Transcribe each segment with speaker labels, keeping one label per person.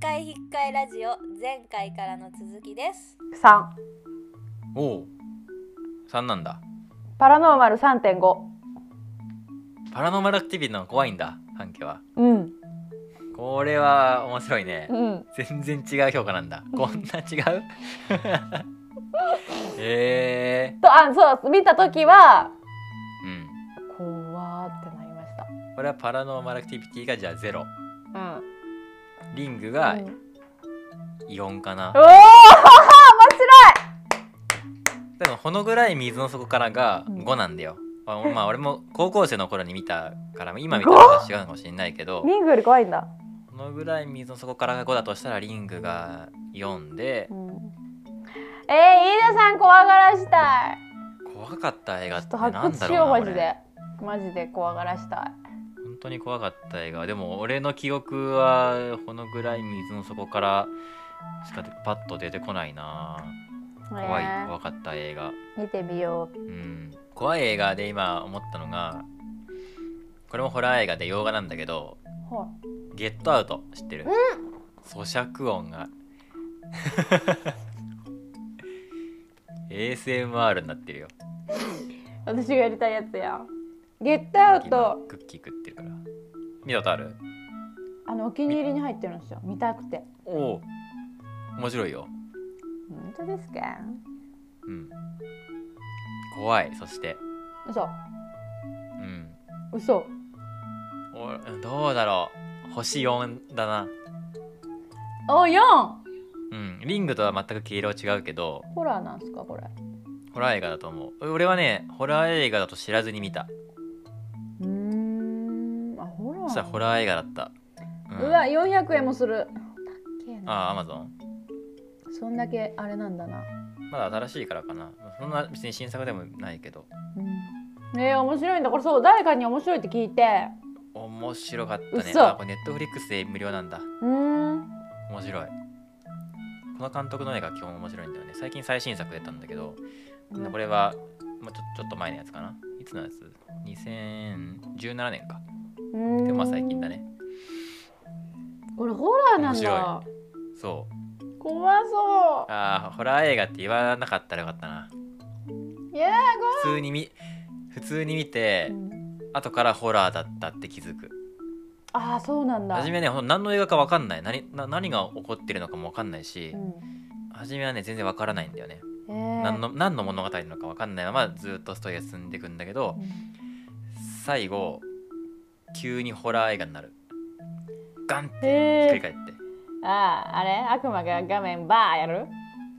Speaker 1: 外ラジオ前回からの続きです
Speaker 2: 3
Speaker 3: おお3なんだ
Speaker 2: パラノーマル3.5
Speaker 3: パラノーマルアクティビティの方が怖いんだ半家は
Speaker 2: うん
Speaker 3: これは面白いね
Speaker 2: うん
Speaker 3: 全然違う評価なんだこんな違う ええ
Speaker 2: とあそう見た時は
Speaker 3: うん
Speaker 2: 怖ーってなりました
Speaker 3: これはパラノーマルアクティビティがじゃあゼロ
Speaker 2: うん
Speaker 3: リング
Speaker 2: は
Speaker 3: が
Speaker 2: うん、おー
Speaker 3: イオンかな、
Speaker 2: 面白い
Speaker 3: でもこのぐらい水の底からが
Speaker 2: うん
Speaker 3: 5なんだよ、ま あまあ俺も高校生の頃に見たから今見たら違うのかもしれないけど
Speaker 2: リングより怖いんだ、
Speaker 3: このぐらい水の底からが5だとしたらリングが4で
Speaker 2: うん、えー、飯田さん怖がらしたい
Speaker 3: 怖かった映画
Speaker 2: ちょ
Speaker 3: っ
Speaker 2: ってと
Speaker 3: なんだろう
Speaker 2: 発
Speaker 3: な
Speaker 2: 掘しようマジ
Speaker 3: 俺
Speaker 2: でマジで怖がらした
Speaker 3: 本当に怖かった映画でも俺の記憶はこのぐらい水の底からしかパッと出てこないない怖い
Speaker 2: ね
Speaker 3: 怖かった映画
Speaker 2: 見てみよう
Speaker 3: うん怖い映画で今思ったのがこれもホラー映画で洋画なんだけど
Speaker 2: は
Speaker 3: 「ゲットアウト」知ってる、咀嚼音が ASMR になってるよ
Speaker 2: い私がやりたいやつやんゲットアウト
Speaker 3: クッキー食ってるから見たことある
Speaker 2: あのお気に入りに入ってるんですよ見たくて
Speaker 3: おお面白いよ
Speaker 2: 本当ですか
Speaker 3: うん怖いそして
Speaker 2: 嘘
Speaker 3: うん
Speaker 2: 嘘
Speaker 3: おどうだろう星4だな
Speaker 2: お四
Speaker 3: うんリングとは全く毛色違うけど
Speaker 2: ホラーなんすかこれ
Speaker 3: ホラー映画だと思う俺はねホラー映画だと知らずに見た
Speaker 2: うーんあホラー
Speaker 3: そしたらホラー映画だった、ん
Speaker 2: うわ400円もするだっけえな
Speaker 3: ああアマゾン
Speaker 2: そんだけあれなんだな
Speaker 3: まだ新しいからかなそんな別に新作でもないけど
Speaker 2: うんえー、面白いんだこれそう誰かに面白いって聞いて
Speaker 3: 面白かったね
Speaker 2: 嘘
Speaker 3: あこれネットフリックスで無料なんだ
Speaker 2: うーん
Speaker 3: 面白いこの監督の映画基本面白いんだよね最近最新作出たんだけど
Speaker 2: うん
Speaker 3: これは、まあ、ちょちょっと前のやつかないつのやつ ?2017 年か
Speaker 2: うーん
Speaker 3: でもまあ最近だね
Speaker 2: これホラーなんだ
Speaker 3: 面そう
Speaker 2: 怖そ
Speaker 3: あーホラー映画って言わなかったらよかったな
Speaker 2: ういや
Speaker 3: 普通に見普通に見
Speaker 2: ー、
Speaker 3: て
Speaker 2: うん
Speaker 3: 後からホラーだったって気づく
Speaker 2: ああそうなんだ
Speaker 3: 初めねほんと何の映画か分かんない何な何が起こってるのかも分かんないし
Speaker 2: うん
Speaker 3: 初めはね全然分からないんだよね
Speaker 2: えー、
Speaker 3: 何の何の物語なのか分かんないままずっとストーリーが進んでいくんだけど
Speaker 2: うん
Speaker 3: 最後急にホラー映画になるガンってひっ
Speaker 2: え
Speaker 3: く
Speaker 2: ー
Speaker 3: り返って
Speaker 2: あああれ悪魔が画面バーやる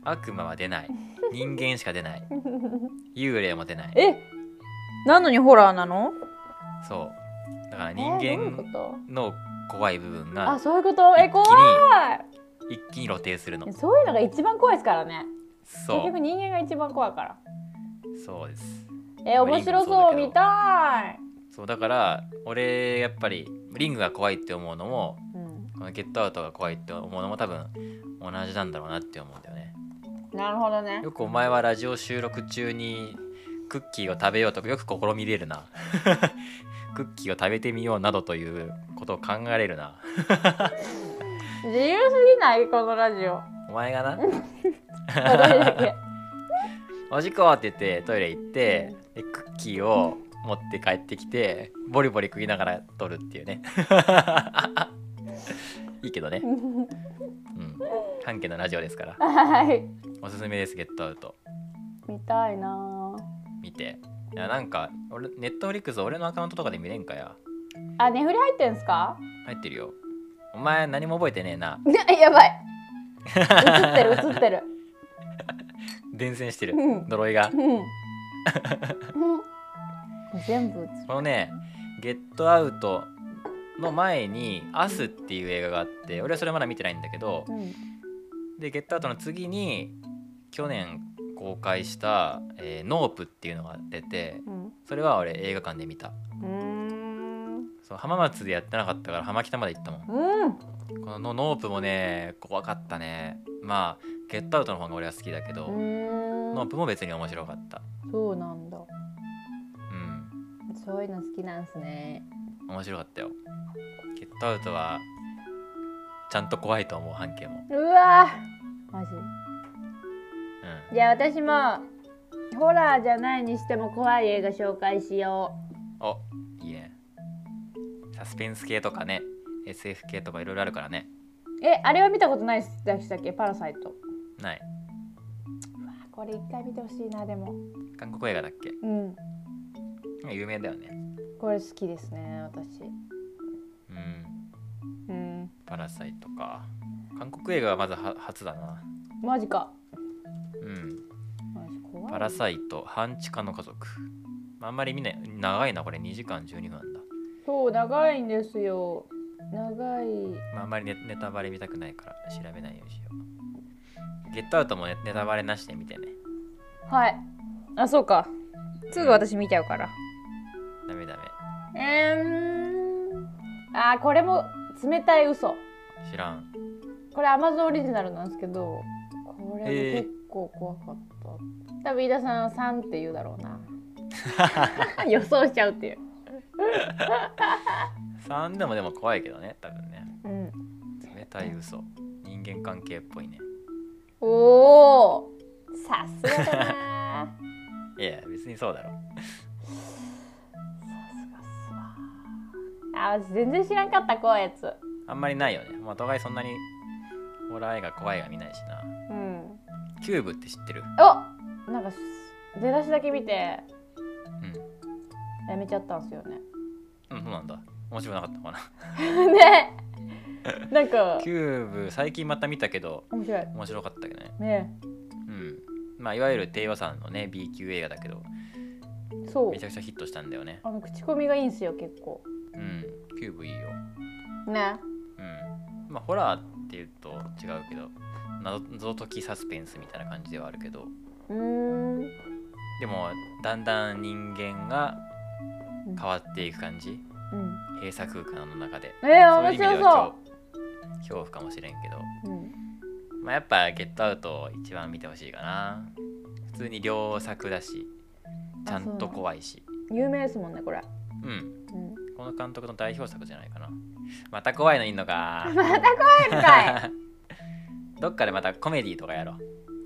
Speaker 3: 悪魔は 出ない人間しか出ない幽霊も出ない
Speaker 2: えなのにホラーなの
Speaker 3: そうだから
Speaker 2: え
Speaker 3: 人
Speaker 2: ーどういうこ
Speaker 3: 間
Speaker 2: と
Speaker 3: の怖い部分
Speaker 2: あ
Speaker 3: が
Speaker 2: そういうことえ
Speaker 3: 一気に
Speaker 2: 怖い
Speaker 3: 一気に露呈するの
Speaker 2: そういうのが一番怖いですからね結
Speaker 3: そ
Speaker 2: 局人間が一番怖いから
Speaker 3: うそうです
Speaker 2: えー、面白そう見たい、
Speaker 3: そうだから俺やっぱりリングが怖いって思うのも
Speaker 2: うん、
Speaker 3: このゲットアウトが怖いって思うのも多分同じなんだろうなって思うんだよね
Speaker 2: なるほどね
Speaker 3: よくお前はラジオ収録中にクッキーを食べようとかよく試みれる なクッキーを食べてみようなどということを考えれるな
Speaker 2: 自由すぎないこのラジ オ
Speaker 3: お前がな
Speaker 2: 私だけ
Speaker 3: おじこって言ってトイレ行ってでクッキーを持って帰ってきてボリボリ食いながら撮るっていうね いいけどねうん半家のラジオですから
Speaker 2: はい
Speaker 3: おすすめですゲットアウト
Speaker 2: 見たいな
Speaker 3: 見ていやなんか俺ネットフリックス俺のアカウントとかで見れんかや
Speaker 2: ああ、ねふり入ってんすか
Speaker 3: 入ってるよお前何も覚えてねえな
Speaker 2: やばい映ってる映ってる
Speaker 3: 伝染してる
Speaker 2: うん
Speaker 3: 呪い
Speaker 2: う
Speaker 3: が
Speaker 2: ん全部映る
Speaker 3: このねゲットアウトの前に「アスっていう映画があって俺はそれまだ見てないんだけど
Speaker 2: うん
Speaker 3: で、ゲットアウトの次に去年公開した、えーノープっていうのが出て、それは俺映画館で見た。
Speaker 2: うん
Speaker 3: そう浜松でやってなかったから浜北まで行ったもん。
Speaker 2: うん
Speaker 3: このノープもね、怖かったね。まあ、ゲットアウトの方が俺は好きだけど、ノープも別に面白かった。
Speaker 2: そうなんだ
Speaker 3: うん、
Speaker 2: そういうの好きなんすね
Speaker 3: 面白かったよ。ゲットアウトはちゃんと怖いと思う半径も、
Speaker 2: うわーマジ
Speaker 3: う
Speaker 2: じゃあ私もホラーじゃないにしても怖い映画紹介しよ
Speaker 3: ん、おいいねサスペンス系とかね SF 系とかいろいろあるからね
Speaker 2: うえあれは見たことないでしたっけパラサイト
Speaker 3: ない
Speaker 2: これ一回見てほしいなでも
Speaker 3: 韓国映画だっけ
Speaker 2: うん
Speaker 3: 有名だよね
Speaker 2: これ好きですね私
Speaker 3: うん
Speaker 2: うん
Speaker 3: パラサイトか韓国映画はまずは初だな
Speaker 2: マジか
Speaker 3: うん
Speaker 2: マジ怖い
Speaker 3: パラサイト半地下の家族まああんまり見ない長いなこれ2時間12分なんだ、
Speaker 2: そう長いんですよ長い
Speaker 3: まあ、あんまりネネタバレ見たくないから調べないようにしようゲットアウトもネネタバレなしで見てね
Speaker 2: はいあそうかすぐ私見ちゃうから
Speaker 3: ダメダメ
Speaker 2: えーんあーこれも冷たい嘘
Speaker 3: 知らん
Speaker 2: これ Amazon オリジナルなんですけどこれも結構怖かった、多分飯田さんは3って言うだろう な予想しちゃうっていう、
Speaker 3: 3でもでも怖いけどね多分ね
Speaker 2: うん、
Speaker 3: 冷たい嘘人間関係っぽいね
Speaker 2: おおさすがだな
Speaker 3: いや別にそうだろ
Speaker 2: さすがっすわあー私全然知らんかった怖いやつ
Speaker 3: あんまりないよねまあお互いそんなにホラー映画怖い映画見ないし
Speaker 2: う
Speaker 3: な
Speaker 2: ん
Speaker 3: キューブって知ってる
Speaker 2: おなんかす出だしだけ見て
Speaker 3: うん
Speaker 2: やめちゃったんですよね
Speaker 3: うんそうなんだ面白くなかったのかな
Speaker 2: ねなんか
Speaker 3: キューブ最近また見たけど
Speaker 2: 面白い
Speaker 3: 面白かったけどね
Speaker 2: ね
Speaker 3: うんまあいわゆる低予算のね B 級映画だけど
Speaker 2: そう
Speaker 3: めちゃくちゃヒットしたんだよね
Speaker 2: あの口コミがいいんすよ結構
Speaker 3: うんキューブいいよ
Speaker 2: ね
Speaker 3: うんまあホラーっていうと違うけど謎謎解きサスペンスみたいな感じではあるけど
Speaker 2: うーん
Speaker 3: でもだんだん人間が変わっていく感じ、
Speaker 2: うん
Speaker 3: 閉鎖空間の中で
Speaker 2: えー、
Speaker 3: そういう
Speaker 2: 面
Speaker 3: 意味で
Speaker 2: 白
Speaker 3: は
Speaker 2: そ
Speaker 3: 恐恐怖かもしれんけど、
Speaker 2: う。
Speaker 3: まあ、やっぱゲットアウトを一番見てほしいかな普通に良作だしちゃんと怖いし
Speaker 2: うん、有名ですもんね、これ。
Speaker 3: うん
Speaker 2: うん、
Speaker 3: この監督の代表作じゃないかなまた怖いのいんのか
Speaker 2: 深い。
Speaker 3: どっかでまたコメディとかやろう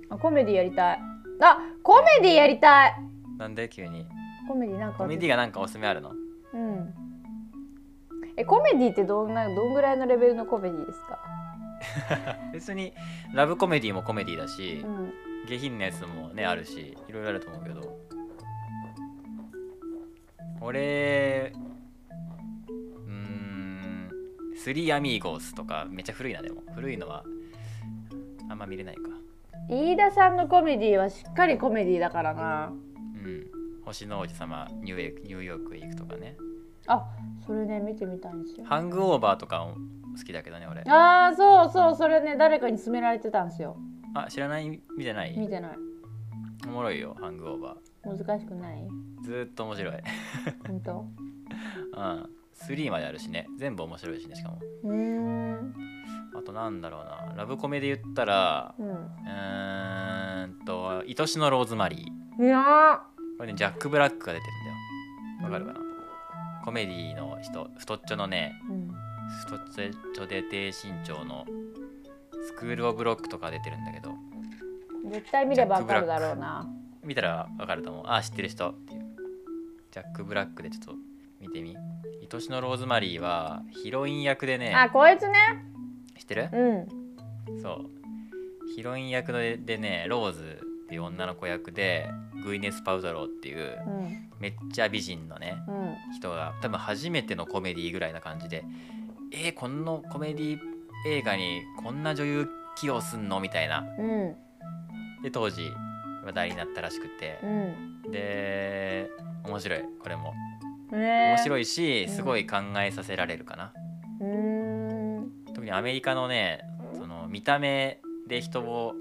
Speaker 2: あ、コメディやりたい。あ、コメディやりたい。
Speaker 3: なんで急に
Speaker 2: コメディなんか。
Speaker 3: コメディがなんかおすすめあるの
Speaker 2: うん。え、コメディってどんな、どんぐらいのレベルのコメディですか。
Speaker 3: 別にラブコメディもコメディだし
Speaker 2: うん。
Speaker 3: 下品なやつもねあるしいろいろあると思うけど俺うーん「スリーアミーゴース」とかめっちゃ古いなでも古いのはあんま見れないか
Speaker 2: 飯田さんのコメディはしっかりコメディだからな。
Speaker 3: うん星の王子様ニューヨークニューヨークへ行くとかね
Speaker 2: あ、それね、見てみたいんですよ。
Speaker 3: ハングオーバーとかも好きだけどね俺
Speaker 2: ああ、そうそう、それね、誰かに勧められてたんですよ。
Speaker 3: あ知らない見てない
Speaker 2: 見てない。
Speaker 3: おもろいよハングオーバ
Speaker 2: 難しくない。
Speaker 3: ーずーっと面白い
Speaker 2: 本当。
Speaker 3: うん3まであるしね全部面白いしねしかも
Speaker 2: うーん。
Speaker 3: あとなんだろうなラブコメで言ったら
Speaker 2: うん。
Speaker 3: うーんと「愛しのローズマリー
Speaker 2: いや」
Speaker 3: これねジャック・ブラックが出てるんだよわかるかな、コメディの人太っちょのね
Speaker 2: ー。うん。
Speaker 3: 太っちょで低身長のスクール・オブ・ロックとか出てるんだけど
Speaker 2: 絶対見ればわかるだろうな。
Speaker 3: 見たらわかると思うあ知ってる人っていうジャック・ブラックでちょっと見てみ愛しのローズマリーはヒロイン役でね
Speaker 2: あ、こいつね。
Speaker 3: 知ってる
Speaker 2: うん。
Speaker 3: そうヒロイン役ででねローズっていう女の子役でグイネス・パウドローっていう
Speaker 2: うん。
Speaker 3: めっちゃ美人のね
Speaker 2: うん。
Speaker 3: 人が多分初めてのコメディぐらいな感じでえー、このコメディ映画にこんな女優起用すんのみたいな
Speaker 2: うん。
Speaker 3: で当時話題になったらしくて
Speaker 2: うん。
Speaker 3: で面白いこれも
Speaker 2: 面
Speaker 3: 面白
Speaker 2: い。
Speaker 3: いしすごい考えさせられるかな
Speaker 2: うーん。
Speaker 3: 特にアメリカのねその見た目で人を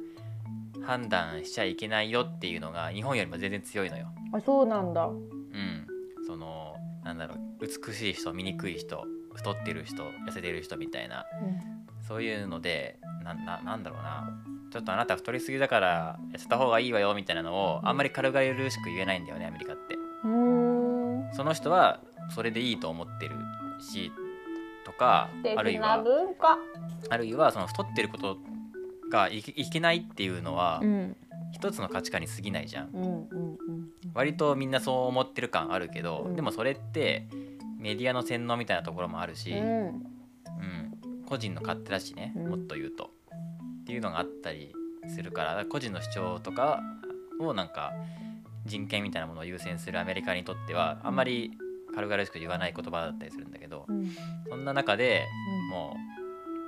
Speaker 3: 判断しちゃいけないよっていうのが日本よりも全然強いのよ。
Speaker 2: あ、そうなんだ。
Speaker 3: うん、そのなんだろう美しい人醜い人太ってる人痩せてる人みたいなそういうのでなななんだろうなちょっとあなた太りすぎだから痩せた方がいいわよみたいなのをあんまり軽々しく言えないんだよねアメリカって。
Speaker 2: うん。うーん。
Speaker 3: その人はそれでいいと思ってるしととか
Speaker 2: 素敵
Speaker 3: あるい
Speaker 2: な
Speaker 3: は
Speaker 2: 文化
Speaker 3: あるいはその太ってることがいけいけないっていうのは
Speaker 2: うん
Speaker 3: 一つの価値観に過ぎないじゃん
Speaker 2: うんうんうん
Speaker 3: 割とみんなそう思ってる感あるけど、
Speaker 2: うん
Speaker 3: でもそれってメディアの洗脳みたいなところもあるし、うん
Speaker 2: うん
Speaker 3: 個人の勝手だしね、
Speaker 2: うん
Speaker 3: もっと言うとっていうのがあったりするから個人の主張とかをなんか人権みたいなものを優先するアメリカにとってはあんまり軽々しく言わない言葉だったりするんだけど
Speaker 2: うん
Speaker 3: そんな中でも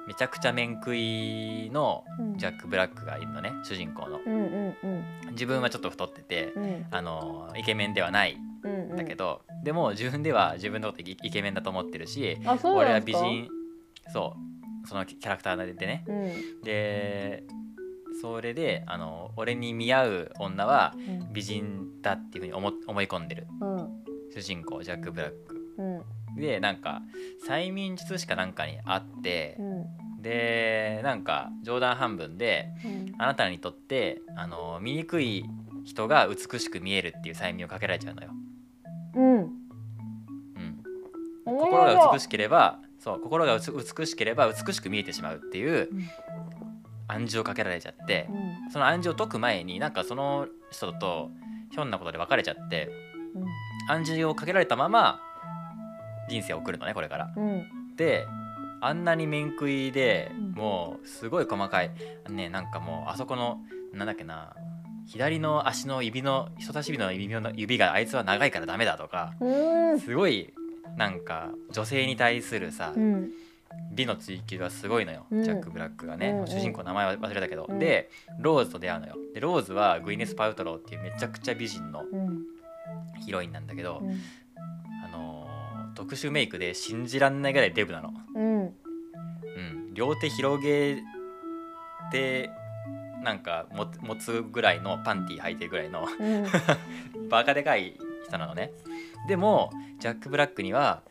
Speaker 3: うめちゃくちゃ面食いの
Speaker 2: うん
Speaker 3: ジャック・ブラックがいるのね主人公の
Speaker 2: うんうんうん
Speaker 3: 自分はちょっと太ってて
Speaker 2: うん
Speaker 3: あのイケメンではない
Speaker 2: うんうん
Speaker 3: だけど、でも自分では自分のことイイケメンだと思ってるし
Speaker 2: あそう
Speaker 3: 俺
Speaker 2: な
Speaker 3: は
Speaker 2: んで
Speaker 3: 美
Speaker 2: すか
Speaker 3: 人そうそのキャラクターでね
Speaker 2: うん
Speaker 3: でそれであの俺に見合う女は
Speaker 2: うん
Speaker 3: 美人だっていうふうに思思い込んでる
Speaker 2: うん
Speaker 3: 主人公ジャック・ブラック
Speaker 2: うん
Speaker 3: でなんか催眠術しかなんかにあって
Speaker 2: う、ん
Speaker 3: でなんか冗談半分で
Speaker 2: うん
Speaker 3: あなたにとってあの醜い人が美しく見えるっていう催眠をかけられちゃうのよ、
Speaker 2: うん
Speaker 3: うん、
Speaker 2: 面
Speaker 3: 心が
Speaker 2: 白い
Speaker 3: 美しければそう心がうつ美しければ美しく見えてしまうっていう
Speaker 2: うん
Speaker 3: 暗示をかけられちゃって
Speaker 2: うん
Speaker 3: その暗示を解く前になんかその人とひょんなことで別れちゃって暗示をかけられたまま人生を送るのねこれから。
Speaker 2: うん
Speaker 3: であんなに面食いで
Speaker 2: うん
Speaker 3: もうすごい細かいねなんかもうあそこのなんだっけな左の足の指の人差し指の指の指があいつは長いからダメだとか
Speaker 2: うん
Speaker 3: すごいなんか女性に対するさ、
Speaker 2: うん
Speaker 3: 美の追求がすごいのよ、
Speaker 2: うん
Speaker 3: ジャック・ブラックがね、
Speaker 2: うんうん
Speaker 3: 主人公の名前は忘れたけど、
Speaker 2: うん
Speaker 3: でローズと出会うのよでローズはグイネス・パウトローっていうめちゃくちゃ美人の
Speaker 2: うん
Speaker 3: ヒロインなんだけど、
Speaker 2: うん
Speaker 3: あのー特殊メイクで信じらんないぐらいデブなの、
Speaker 2: うん
Speaker 3: うん、両手広げてなんかも持つぐらいのパンティー履いてるぐらいの
Speaker 2: うん
Speaker 3: バカでかい人なのねでもジャック・ブラックには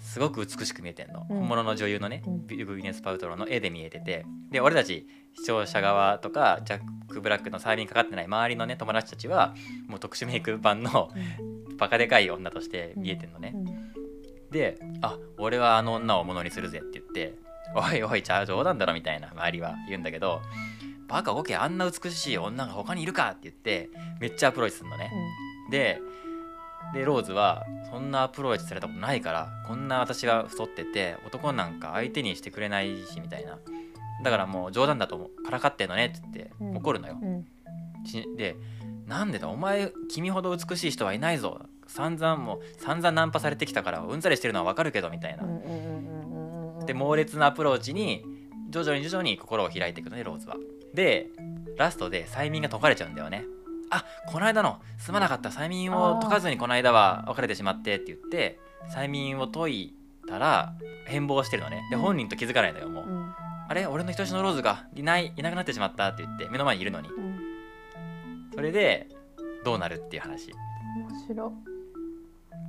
Speaker 3: すごく美しく見えてんの、
Speaker 2: うん
Speaker 3: 本物の女優のね、
Speaker 2: うん
Speaker 3: ビグイネス・パウトロの絵で見えててで俺たち視聴者側とかジャック・ブラックの催眠かかってない周りのね友達たちはもう特殊メイク版の バカでかい女として見えてんのね、で「あ俺はあの女をものにするぜ」って言って「おいおいじゃあ冗談だろ」みたいな周りは言うんだけど「バカオケあんな美しい女が他にいるか」って言ってめっちゃアプローチするのね、ででローズはそんなアプローチされたことないからこんな私が太ってて男なんか相手にしてくれないしみたいなだからもう冗談だと思うからかってんのねって言って
Speaker 2: うん
Speaker 3: 怒るのよ、
Speaker 2: うん
Speaker 3: しでなんでだお前君ほど美しい人はいないぞ散々もう散々ナンパされてきたからうんざりしてるのはわかるけどみたいな、
Speaker 2: うんうんうんうんうんうん
Speaker 3: で猛烈なアプローチに徐々に徐々に心を開いていくのねローズはでラストで催眠が解かれちゃうんだよねあこの間のすまなかった催眠を解かずにこの間は別れてしまってって言って催眠を解いたら変貌してるのねで
Speaker 2: うん
Speaker 3: 本人と気づかないのよもう、
Speaker 2: うん
Speaker 3: あれ俺の人質のローズがいないいなくなってしまったって言って目の前にいるのに
Speaker 2: うん
Speaker 3: それでどうなるっていう話
Speaker 2: 面白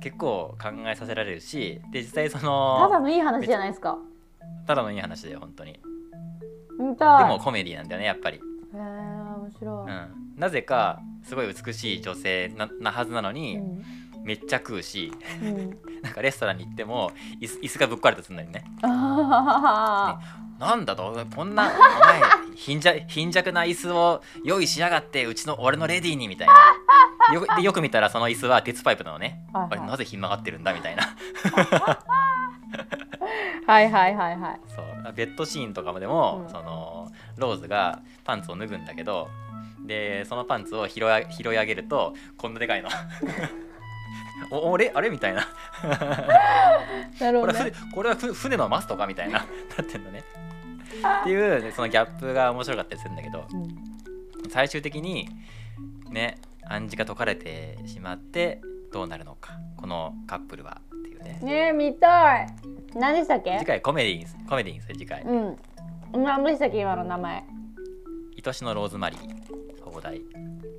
Speaker 2: い
Speaker 3: 結構考えさせられるしで実際そ
Speaker 2: ただ
Speaker 3: の
Speaker 2: のいい話じゃないですか
Speaker 3: ただのいい話だよ本当にで
Speaker 2: 見たい
Speaker 3: もコメディなんだよねやっぱり
Speaker 2: へえ面白い
Speaker 3: うん、なぜかすごい美しい女性ななはずなのに、
Speaker 2: うん
Speaker 3: めっちゃ食うし
Speaker 2: うん
Speaker 3: なんかレストランに行っても椅子椅子がぶっ壊れたりするのにね
Speaker 2: あははは
Speaker 3: なんだとこんなお前貧弱貧弱な椅子を用意しやがってうちの俺のレディーにみたいなよでよく見たらその椅子は鉄パイプなのね
Speaker 2: は
Speaker 3: あ
Speaker 2: い
Speaker 3: れ
Speaker 2: はい
Speaker 3: なぜひん曲がってるんだみたいな
Speaker 2: はいはいはいはい
Speaker 3: そうベッドシーンとかもでも、
Speaker 2: うん
Speaker 3: そのローズがパンツを脱ぐんだけどでそのパンツを拾いあ拾い上げるとこんなでかいの お俺あれみたいな
Speaker 2: なるほ
Speaker 3: これ
Speaker 2: ど
Speaker 3: は
Speaker 2: ね
Speaker 3: 船これはふ船のマストかみたいな なってんだねっていうねそのギャップが面白かったりするんだけど
Speaker 2: うん
Speaker 3: 最終的にね暗示が解かれてしまってどうなるのかこのカップルはっていうね
Speaker 2: ねえ見たい何でしたっけ
Speaker 3: 次回コメディーにすコメディーにする次回
Speaker 2: うん何でしたっけ今の名前
Speaker 3: 愛しのローズマリー放題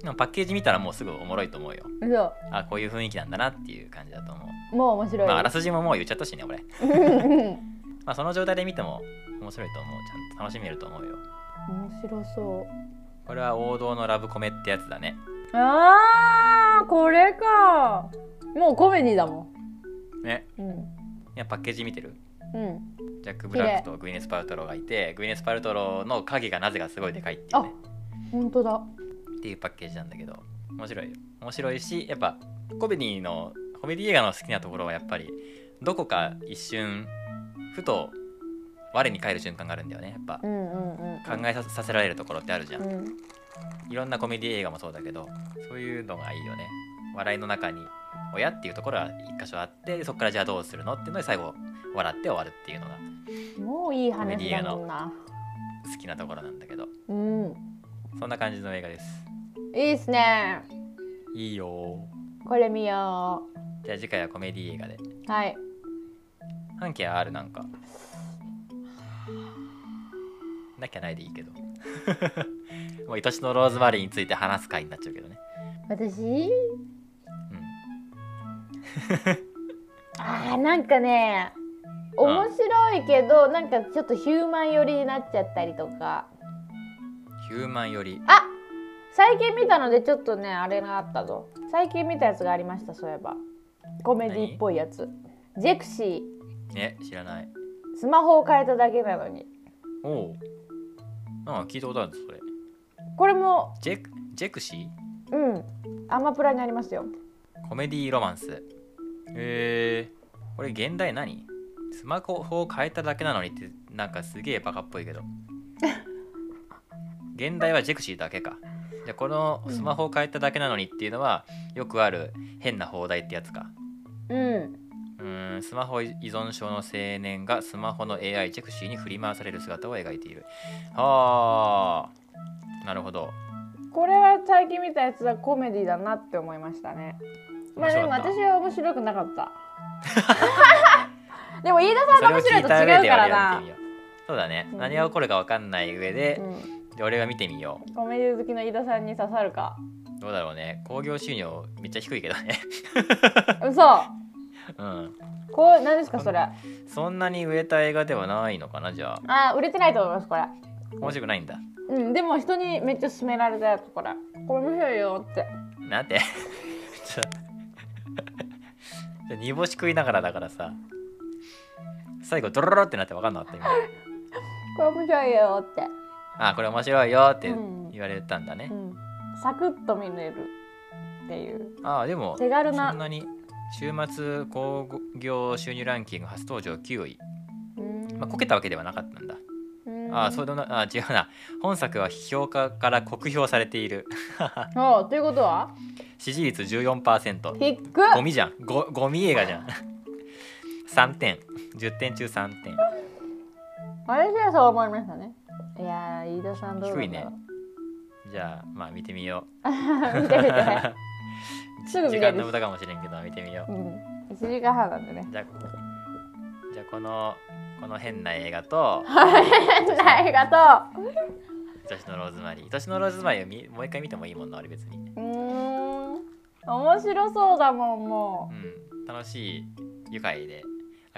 Speaker 3: でもパッケージ見たらもうすぐおもろいと思うよ
Speaker 2: そ
Speaker 3: あこういう雰囲気なんだなっていう感じだと思う
Speaker 2: うもう面白い
Speaker 3: まああらすじももう言っちゃったしね俺
Speaker 2: うんうん
Speaker 3: まあその状態で見ても面白いと思うちゃんと楽しめると思うよ
Speaker 2: 面白そう
Speaker 3: これは王道のラブコメってやつだね
Speaker 2: あーこれかもうコメディだも
Speaker 3: ね
Speaker 2: ん、うん、
Speaker 3: いやパッケージ見てる
Speaker 2: うん
Speaker 3: ジャック・ブラックとグイネス・パルトローがいてグイネス・パルトローの影がなぜかすごいでかいっていうね
Speaker 2: 本当だ
Speaker 3: っていうパッケージなんだけど面白いよ面白いしやっぱコメディのコメディ映画の好きなところはやっぱりどこか一瞬ふと我に返る瞬間があるんだよねやっぱ
Speaker 2: うんうんうん
Speaker 3: 考えささせられるところってあるじゃん
Speaker 2: うん
Speaker 3: いろんなコメディ映画もそうだけどそういうのがいいよね笑いの中に親っていうところは一箇所あってそこからじゃあどうするのっていうので最後笑って終わるっていうのが
Speaker 2: もういい
Speaker 3: コメデ
Speaker 2: 話
Speaker 3: ィ映画
Speaker 2: だ
Speaker 3: の
Speaker 2: もんな
Speaker 3: 好きなところなんだけど
Speaker 2: うん
Speaker 3: そんな感じの映画です
Speaker 2: いいっすね
Speaker 3: いいよ
Speaker 2: これ見よ
Speaker 3: ーじゃあ次回はコメディ映画で
Speaker 2: うはい
Speaker 3: 半径 R なんかなきゃないでいいけど もう愛しのローズマリーについて話す回になっちゃうけどね
Speaker 2: 私
Speaker 3: うん
Speaker 2: あーなんかね面白いけど、なんかちょっとヒューマン寄りになっちゃったりとか
Speaker 3: ヒューマンより
Speaker 2: あ最近見たのでちょっとねあれがあったぞ最近見たやつがありましたそういえばコメディっぽいやつジェクシー
Speaker 3: ね知らない
Speaker 2: スマホを変えただけなのに
Speaker 3: おおああ聞いたことあるんですそれ
Speaker 2: これも
Speaker 3: ジェクジェクシー
Speaker 2: うんアマプラにありますよ
Speaker 3: コメディロマンスへえこれ現代何スマホを変えただけなのにってなんかすげえバカっぽい けど現代はジェクシーだけかじゃあこのスマホを変えただけなのにっていうのはよくある変な放題ってやつか
Speaker 2: うん
Speaker 3: うーんスマホ依存症の青年がスマホの AI ジェクシーに振り回される姿を描いているはあなるほど
Speaker 2: これは最近見たやつはコメディだなって思いましたねまあでも
Speaker 3: 面白かった
Speaker 2: 私は面白くなかった でも飯田さんが面白いと違うからな
Speaker 3: それを聞いた上で俺は見てみようそうだね、
Speaker 2: うん
Speaker 3: 何が起こるか分かんない上で
Speaker 2: う、ん、
Speaker 3: で俺が見てみよ
Speaker 2: コメディ好きの飯田さんに刺さる か
Speaker 3: うどうだろうね興行収入めっちゃ低いけどね
Speaker 2: 嘘
Speaker 3: うん
Speaker 2: こう何ですかそれあ
Speaker 3: そんなに売れた映画ではないのかなじゃあ
Speaker 2: ー売れてないと思いますこれ
Speaker 3: 面白くないんだ
Speaker 2: うんでも人にめっちゃ勧められたやつこれこれ面白いよって
Speaker 3: なんてちょちょ煮干し食いながらだからさ最後ドロロロってなって分かんなかった今
Speaker 2: これ面白いよって、
Speaker 3: あこれ面白いよって
Speaker 2: うん
Speaker 3: 言われたんだね
Speaker 2: う、ん、サクッと見れるっていう
Speaker 3: あでも
Speaker 2: 手軽な
Speaker 3: そんなに週末興行収入ランキング初登場9位、まあ、こけたわけではなかったんだああそう
Speaker 2: だ
Speaker 3: でもなあ違うな本作は評価から酷評されている
Speaker 2: おうということは
Speaker 3: 支持率14%
Speaker 2: 低っ
Speaker 3: ゴミじゃんゴゴミ映画じゃん 3点10点中3点
Speaker 2: 私はそう思いましたねいやー飯田さんどう
Speaker 3: 低
Speaker 2: ないんだ
Speaker 3: ね
Speaker 2: ろう、
Speaker 3: じゃあまあ見てみよ
Speaker 2: 見てみて、ね
Speaker 3: う
Speaker 2: すぐ見
Speaker 3: 時
Speaker 2: れる
Speaker 3: 間の無駄かもしれんけど見てみよ
Speaker 2: うん、1時間半なんでね
Speaker 3: うじゃあじゃあこのこの変な映画と
Speaker 2: ありがと
Speaker 3: 愛しのローズマリー愛しのローズマリーを見もう一回見てもいいもんなあれ別に
Speaker 2: ううーん面白そうだもんも
Speaker 3: うん、楽しい愉快で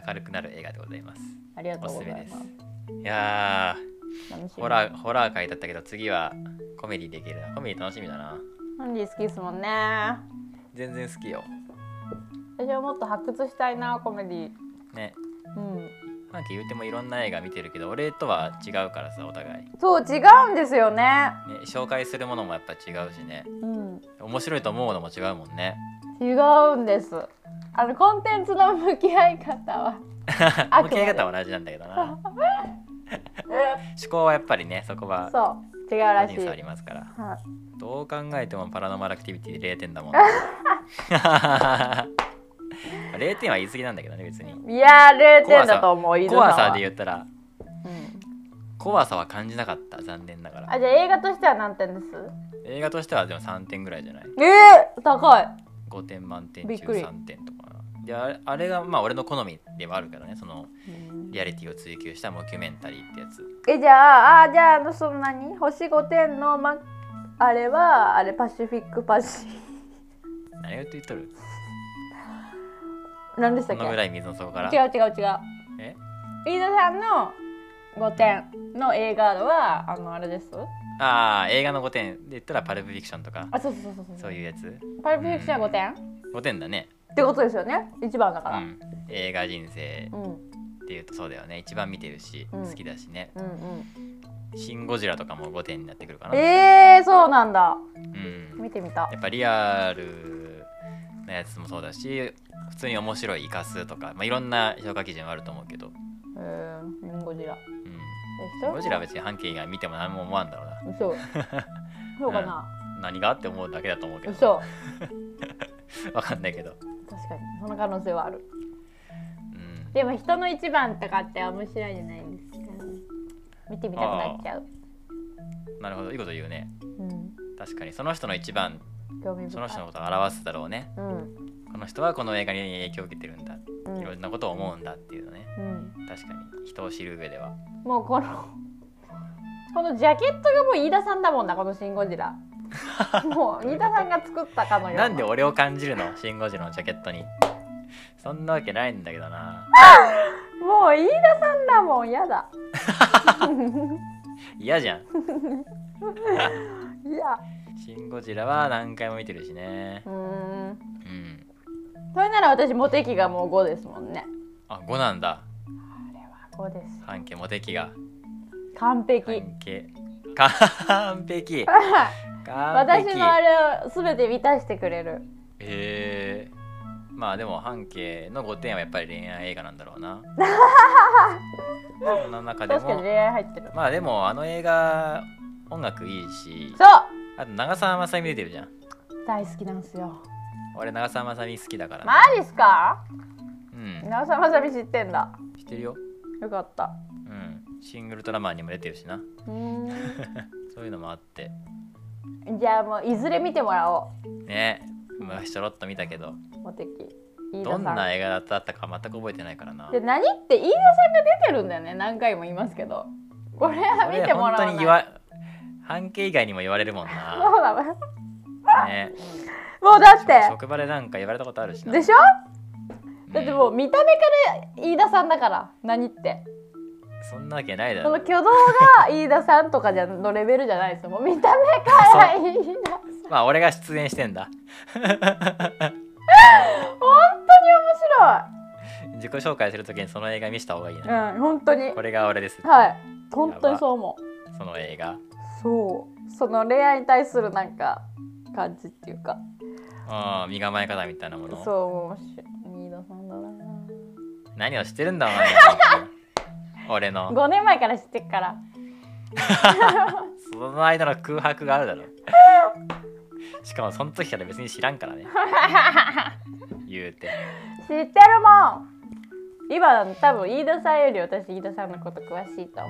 Speaker 3: 明るくなる映画でございます
Speaker 2: うありがと
Speaker 3: お
Speaker 2: う
Speaker 3: す
Speaker 2: ご
Speaker 3: す
Speaker 2: ざ
Speaker 3: め
Speaker 2: い
Speaker 3: で
Speaker 2: ます
Speaker 3: すいや
Speaker 2: 楽し
Speaker 3: ー
Speaker 2: み
Speaker 3: ホラーホラー界だったけど次はコメディできるなコメディ楽しみだな
Speaker 2: ハンディ好きですもんね私
Speaker 3: 全然好きよ
Speaker 2: はもっと発掘したいなコメディ
Speaker 3: ね
Speaker 2: うん
Speaker 3: なんか言うてもいろんな映画見てるけど俺とは違うからさお互い、ね、
Speaker 2: そう違うんですよね
Speaker 3: 紹介するものもやっぱ違うしね
Speaker 2: うん
Speaker 3: 面白いと思うのも違うもんね
Speaker 2: 違うんですあのコンテンツの向き合い方は
Speaker 3: 向き合い方は同じなんだけど な思考はやっぱりねそこは
Speaker 2: そう違うらし
Speaker 3: 個
Speaker 2: い
Speaker 3: 人差ありますから
Speaker 2: はい
Speaker 3: どう考えてもパラノーマルアクティビティ0点だ もん。0点は言い過ぎなんだけどね別に。
Speaker 2: いやー0点だと思う
Speaker 3: 怖さで
Speaker 2: う、
Speaker 3: 言ったら
Speaker 2: うん、
Speaker 3: 怖さは感じなかった残念ながら。
Speaker 2: あじゃあ映画としては何点です
Speaker 3: 映画としてはでも3点ぐらいじゃない
Speaker 2: えー、高い
Speaker 3: ?5 点満点中
Speaker 2: びっくり
Speaker 3: 3点とかな。であれあれがまあ俺の好みではあるからねそのリアリティを追求したモキュメンタリーってやつ。
Speaker 2: えじゃああじゃああのそんなに星5点の、ま、あれはあれパシフィックパシ
Speaker 3: 何を言っとる
Speaker 2: 何でし
Speaker 3: こ
Speaker 2: たっけ
Speaker 3: のぐ
Speaker 2: 違
Speaker 3: らい水の底から。
Speaker 2: う違う違う
Speaker 3: え
Speaker 2: 飯田さんの5点の映画はあのあれです
Speaker 3: ああ映画の5点で言ったらパルプフィクションとか
Speaker 2: あそうそうそうそう
Speaker 3: そういうやつ。
Speaker 2: パルプフィクションは5点、っ
Speaker 3: 5点だね。
Speaker 2: てことですよね一番だか
Speaker 3: う
Speaker 2: ら
Speaker 3: ん。映画人生
Speaker 2: うん、
Speaker 3: ってっていうとそうだよね一番見てるし、
Speaker 2: うん
Speaker 3: 好きだしね
Speaker 2: うんうん
Speaker 3: 「シン・ゴジラ」とかも5点になってくるかな、
Speaker 2: えー、そうなんだ
Speaker 3: うん、
Speaker 2: 見てみた
Speaker 3: やっぱリアルなやつもそうだし普通に面白い「イカス」とか、まあ、いろんな評価基準はあると思うけど、
Speaker 2: うーんうんゴジラ
Speaker 3: うん、
Speaker 2: でしょ
Speaker 3: ゴジラは別に半径以外見ても何も思わんだろう な
Speaker 2: 嘘そうかな、
Speaker 3: 何がって思うだけだと思うけど
Speaker 2: 嘘
Speaker 3: わかんないけど、
Speaker 2: 確かにその可能性はある
Speaker 3: うん、
Speaker 2: でも人の一番とかって面白いじゃないですか見てみたくなっちゃう、
Speaker 3: なるほどいいこと言うね
Speaker 2: うん、
Speaker 3: 確かにその人の一番
Speaker 2: 興味深い
Speaker 3: その人のことを表すだろうね
Speaker 2: うん
Speaker 3: この人はこの映画に影響を受けてるんだ
Speaker 2: う
Speaker 3: いろ
Speaker 2: ん、
Speaker 3: んなことを思うんだっていうのね
Speaker 2: うん、
Speaker 3: 確かに人を知る上では
Speaker 2: もうこのこのジャケットがもう飯田さんだもんなこの「シン・ゴジ ラ」もう飯田さんが作ったかのような
Speaker 3: なんで俺を感じるのシン・ゴジラのジャケットにそんなわけないんだけどな
Speaker 2: もう飯田さんだもんやだ
Speaker 3: 嫌じゃん
Speaker 2: いや
Speaker 3: シン・ゴジラは何回も見てるしね
Speaker 2: うーん
Speaker 3: うん
Speaker 2: それなら私モテ期がもう5ですもんね
Speaker 3: あ5なんだ
Speaker 2: 5です
Speaker 3: 半径モテキが
Speaker 2: 完璧
Speaker 3: 半径完璧完
Speaker 2: 私
Speaker 3: 璧
Speaker 2: のあれを全て満たしてくれる
Speaker 3: へえまあでも半径の5点はやっぱり恋愛映画なんだろ うなその中で
Speaker 2: 確かに
Speaker 3: も
Speaker 2: 恋愛入ってる
Speaker 3: まあでもあの映画音楽いいし
Speaker 2: そう
Speaker 3: あと長澤まさみ出てるじゃん
Speaker 2: 大好きなんですよ
Speaker 3: 俺長澤まさみ好きだから、
Speaker 2: マジっすか
Speaker 3: うん
Speaker 2: 長澤まさみ知ってんだ
Speaker 3: 知ってるよ
Speaker 2: よかった
Speaker 3: うんシングルトラマンにも出てるしな
Speaker 2: うー
Speaker 3: そういうのもあって
Speaker 2: ん じゃあもういずれ見てもらお
Speaker 3: ね昔ちょろっと見たけど
Speaker 2: うモテ期飯田
Speaker 3: ど
Speaker 2: さ
Speaker 3: ん
Speaker 2: ん
Speaker 3: な映画だったか全く覚えてないからな
Speaker 2: で何って飯田さんが出てるんだよね何回も言いますけどこれは見てもらわな
Speaker 3: 俺本当
Speaker 2: い
Speaker 3: に言わ半径以外にも言われるも んな
Speaker 2: そうだわ
Speaker 3: ね
Speaker 2: もうだって
Speaker 3: 職場でなんか言われたことあるしな
Speaker 2: でしょ
Speaker 3: うん
Speaker 2: だってもう見た目から飯田さんだから何って
Speaker 3: そんなわけないだ
Speaker 2: そ
Speaker 3: ろ
Speaker 2: の挙動が飯田さんとかじゃのレベルじゃないですよもう見た目から飯田さん
Speaker 3: まあ俺が出演してんだ
Speaker 2: 本当
Speaker 3: 自己紹介するときにその映画見せた方がいいな、
Speaker 2: に面白いうん本当に
Speaker 3: これが俺です
Speaker 2: はい本当にそう思う
Speaker 3: その映画
Speaker 2: そうその恋愛に対するなんか感じっていうか
Speaker 3: ああ身構え方みたいなもの
Speaker 2: そう面白い飯田さんだな
Speaker 3: 何を知ってるんだ お前俺の
Speaker 2: 5年前から知ってっから
Speaker 3: その間の空白があるだろしかもその時から別に知らんからね言うて
Speaker 2: 知ってるもん今多分飯田さんより私飯田さんのこと詳しいと思